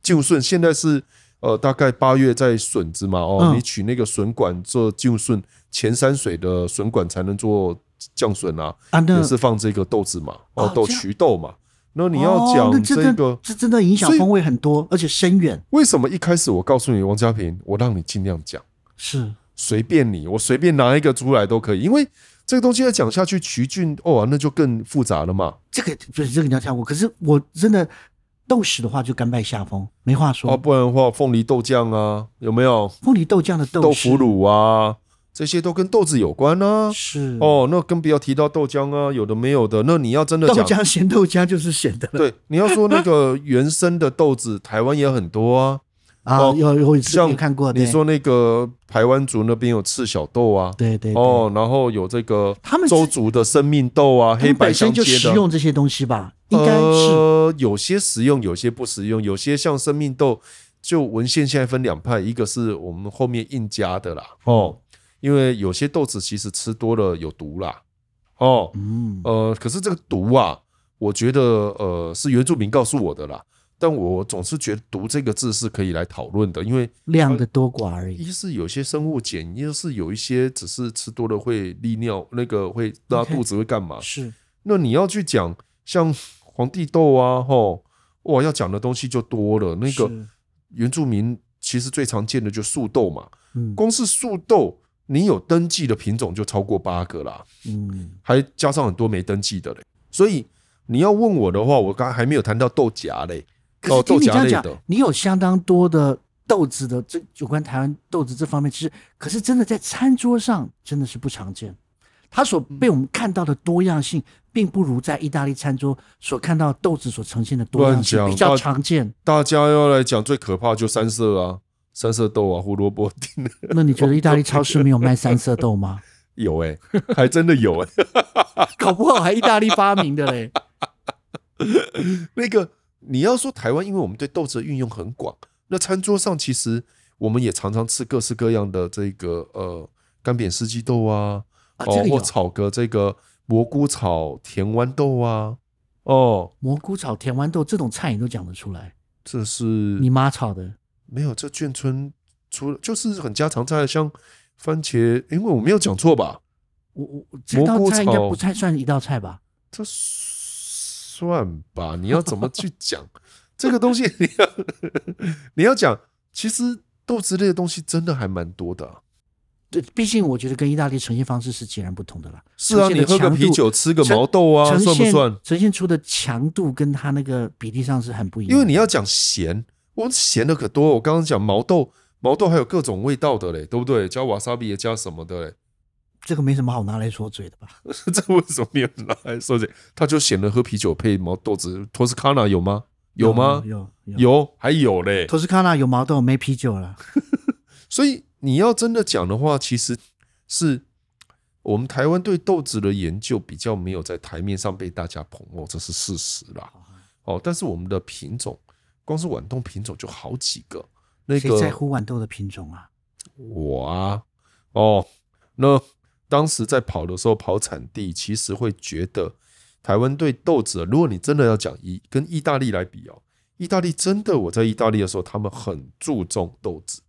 S1: 就笋现在是呃大概八月在笋子嘛，哦，
S2: 嗯
S1: 你取那个笋管做就笋，前山水的笋管才能做降笋啊，
S2: 啊，那
S1: 也是放这个豆子嘛，哦
S2: 哦，
S1: 豆
S2: 这样
S1: 曲豆嘛。那你要
S2: 哦那
S1: 讲
S2: 这
S1: 这个，
S2: 这真的影响
S1: 所以
S2: 风味很多，而且深远。
S1: 为什么一开始我告诉你王家平，我让你尽量讲，
S2: 是
S1: 随便你，我随便拿一个出来都可以，因为这个东西要讲下去，曲菌哦、那就更复杂了嘛。
S2: 这个不是这个你要跳过，可是我真的豆豉的话就甘拜下风，没话说。
S1: 哦，不然的话，凤梨豆酱啊，有没有？
S2: 凤梨豆酱的豆
S1: 豆
S2: 豉
S1: 腐乳啊，这些都跟豆子有关啊。
S2: 是，
S1: 哦，那更不要提到豆浆啊，有的没有的。那你要真的
S2: 豆
S1: 讲，
S2: 浆咸豆浆就是咸的了
S1: 对，你要说那个原生的豆子， 台湾也很多啊。
S2: 啊。
S1: 哦
S2: 有有有
S1: 像
S2: 看过，
S1: 你
S2: 哦对
S1: 说那个台湾族那边有赤小豆啊，
S2: 对对对
S1: 哦，然后有这个
S2: 他们是
S1: 周族的生命豆啊，
S2: 他
S1: 黑
S2: 们
S1: 白
S2: 本
S1: 相
S2: 身就
S1: 接
S2: 食
S1: 的。
S2: 用这些东西吧，应该是
S1: 呃，有些实用，有些不实用，有些像生命豆，就文献现在分两派，一个是我们后面硬加的啦，哦，因为有些豆子其实吃多了有毒啦，哦，
S2: 嗯
S1: 呃，可是这个毒啊，我觉得呃是原住民告诉我的啦，但我总是觉得“毒”这个字是可以来讨论的，因为
S2: 量的多寡而已。
S1: 一是有些生物碱，一是有一些只是吃多了会利尿，那个会拉
S2: OK
S1: 肚子会干嘛
S2: 是
S1: 那你要去讲像皇帝豆啊，吼，哇，要讲的东西就多了。那个
S2: 是
S1: 原住民其实最常见的就树豆嘛，
S2: 嗯
S1: 光是树豆，你有登记的品种就超过八个啦，
S2: 嗯
S1: 还加上很多没登记的嘞。所以你要问我的话，我刚才还没有谈到豆荚嘞，
S2: 可是
S1: 哦，
S2: 听
S1: 豆
S2: 你这
S1: 荚
S2: 样
S1: 类
S2: 讲
S1: 的，，
S2: 你有相当多的豆子的这有关台湾豆子这方面，其实可是真的在餐桌上真的是不常见。它所
S1: 嗯
S2: 被我们看到的多样性，并不如在意大利餐桌所看到豆子所呈现的多样性
S1: 乱讲啊
S2: 比较
S1: 大
S2: 常见。
S1: 大家要来讲最可怕就三色啊，三色豆啊，胡萝卜丁啊
S2: 那你觉得意大利超市没有卖三色豆吗？
S1: 有哎、还真的有哎、
S2: 搞不好还意大利发明的嘞。
S1: 那个你要说台湾，因为我们对豆子的运用很广，那餐桌上其实我们也常常吃各式各样的这个呃干煸四季豆啊，
S2: 啊
S1: 哦
S2: 这个有
S1: 或炒个这个蘑菇炒甜豌豆啊，哦，
S2: 蘑菇炒甜豌豆这种菜你都讲得出来，
S1: 这是
S2: 你妈炒的
S1: 没有这眷村除了就是很家常菜，像番茄，因为我没有讲错吧？
S2: 我我我这道
S1: 蘑菇
S2: 菜应该
S1: 炒
S2: 不太算一道菜吧？
S1: 这算吧？你要怎么去讲这个东西？ 你要你要讲，其实豆子类的东西真的还蛮多的啊、
S2: 对，毕竟我觉得跟意大利呈现方式是截然不同的啦。
S1: 是啊，
S2: 呈现
S1: 你
S2: 的
S1: 喝个
S2: 强
S1: 啤
S2: 度
S1: 酒，吃个
S2: 呈
S1: 毛豆啊，
S2: 呈
S1: 算不
S2: 现
S1: 算？
S2: 呈现出的强度跟它那个比例上是很不一样的。
S1: 因为你要讲咸，我们咸的可多。我刚刚讲毛豆，毛豆还有各种味道的嘞，对不对？加瓦萨比也加什么的嘞？
S2: 这个没什么好拿来说嘴的吧？
S1: 这为什么没有拿来说这？他就显得喝啤酒配毛豆子，托斯卡纳有吗？ 有吗？
S2: 有有。啊
S1: 有，还有嘞。
S2: 托斯卡纳有毛豆，没啤酒了。
S1: 所以你要真的讲的话，其实是我们台湾对豆子的研究比较没有在台面上被大家捧哦，这是事实啦。
S2: 啊
S1: 哦，但是我们的品种，光是豌豆品种就好几个。 那
S2: 谁
S1: 个
S2: 在乎豌豆的品种啊？
S1: 我啊，哦，那当时在跑的时候跑产地，其实会觉得台湾对豆子，如果你真的要讲意跟意大利来比哦，意大利真的我在意大利的时候，他们很注重豆子，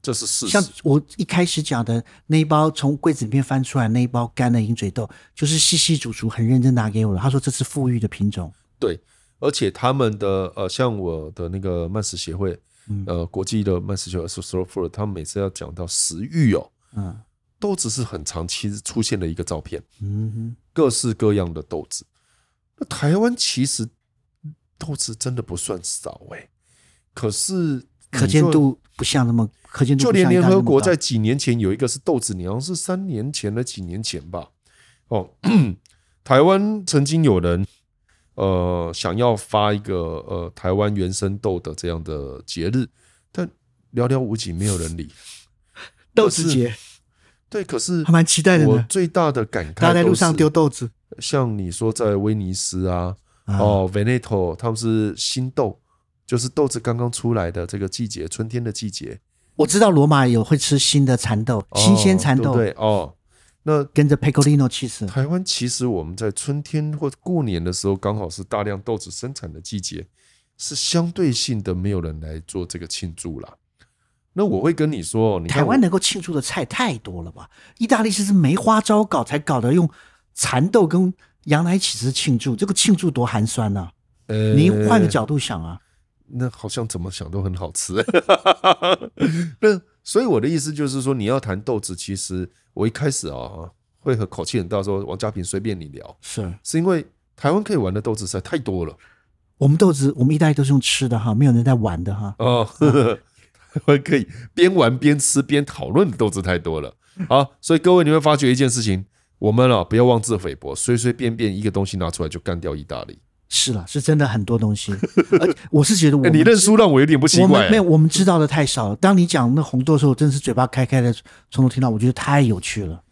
S1: 这是事
S2: 像
S1: 实。
S2: 我一开始讲的那一包从柜子里面翻出来那一包干的鹰嘴豆，就是细细煮熟，很认真拿给我的。他说这是富裕的品种，
S1: 对，而且他们的呃，像我的那个曼食协会，
S2: 嗯
S1: 呃，国际的曼食协会 s o f o r 他们每次要讲到食欲哦，
S2: 嗯
S1: 豆子是很长期出现的一个照片。
S2: 嗯哼，
S1: 各式各样的豆子。那台湾其实豆子真的不算少哎、可是
S2: 可见度不像那么可见
S1: 你就，就
S2: 度不
S1: 连
S2: 像意
S1: 联
S2: 大利那
S1: 合
S2: 么
S1: 国
S2: 高
S1: 在几年前有一个是豆子年，好像是三年前的几年前吧。哦， 台湾曾经有人呃想要发一个呃台湾原生豆的这样的节日，但寥寥无几，没有人理。
S2: 豆子节，
S1: 对，可是
S2: 还蛮期待的
S1: 我
S2: 呢。
S1: 最大的感慨，
S2: 大家在路上丢，豆子，
S1: 像你说在威尼斯啊，
S2: 啊，
S1: 哦，Veneto 他们是新豆，就是豆子刚刚出来的这个季节，春天的季节，
S2: 我知道罗马有会吃新的蚕豆，新鲜蚕
S1: 哦
S2: 豆，
S1: 对不对哦。那
S2: 跟着 pecorino cheese，
S1: 台湾其实我们在春天或过年的时候，刚好是大量豆子生产的季节，是相对性的没有人来做这个庆祝啦。那我会跟你说哦，你看
S2: 台湾
S1: 我
S2: 能够庆祝的菜太多了吧？意大利是梅花招搞才搞得用蚕豆跟羊奶起司庆祝，这个庆祝多寒酸呐、
S1: 呃
S2: 你换个角度想啊，
S1: 那好像怎么想都很好吃。 那所以我的意思就是说，你要谈豆子，其实我一开始啊会和口气很大说王家平随便你聊，
S2: 是
S1: 是因为台湾可以玩的豆子实在太多了
S2: 我们豆子，我们意大利都是用吃的哈，没有人在玩的哈。
S1: 哦，呵呵台湾可以边玩边吃边讨论的豆子太多了。 好，所以各位你会发觉一件事情，我们啊不要妄自菲薄，随随便便一个东西拿出来就干掉意大利。
S2: 是了，是真的很多 东西，而我是觉得我
S1: 哎
S2: 们、
S1: 你认输让我有点不习啊
S2: 我
S1: 惯、
S2: 们没有，我们知道的太少了。当你讲那红豆的时候，我真是嘴巴开开的，从头听到，我觉得太有趣了，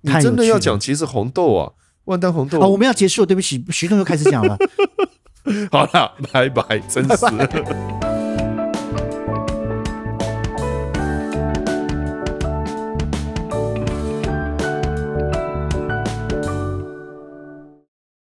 S1: 你
S2: 太有趣
S1: 真的要
S2: 了
S1: 讲，其实红豆啊，万丹红豆
S2: 哦，我们要结束了，对不起，徐总又开始讲了。
S1: 好啦，拜拜，真是。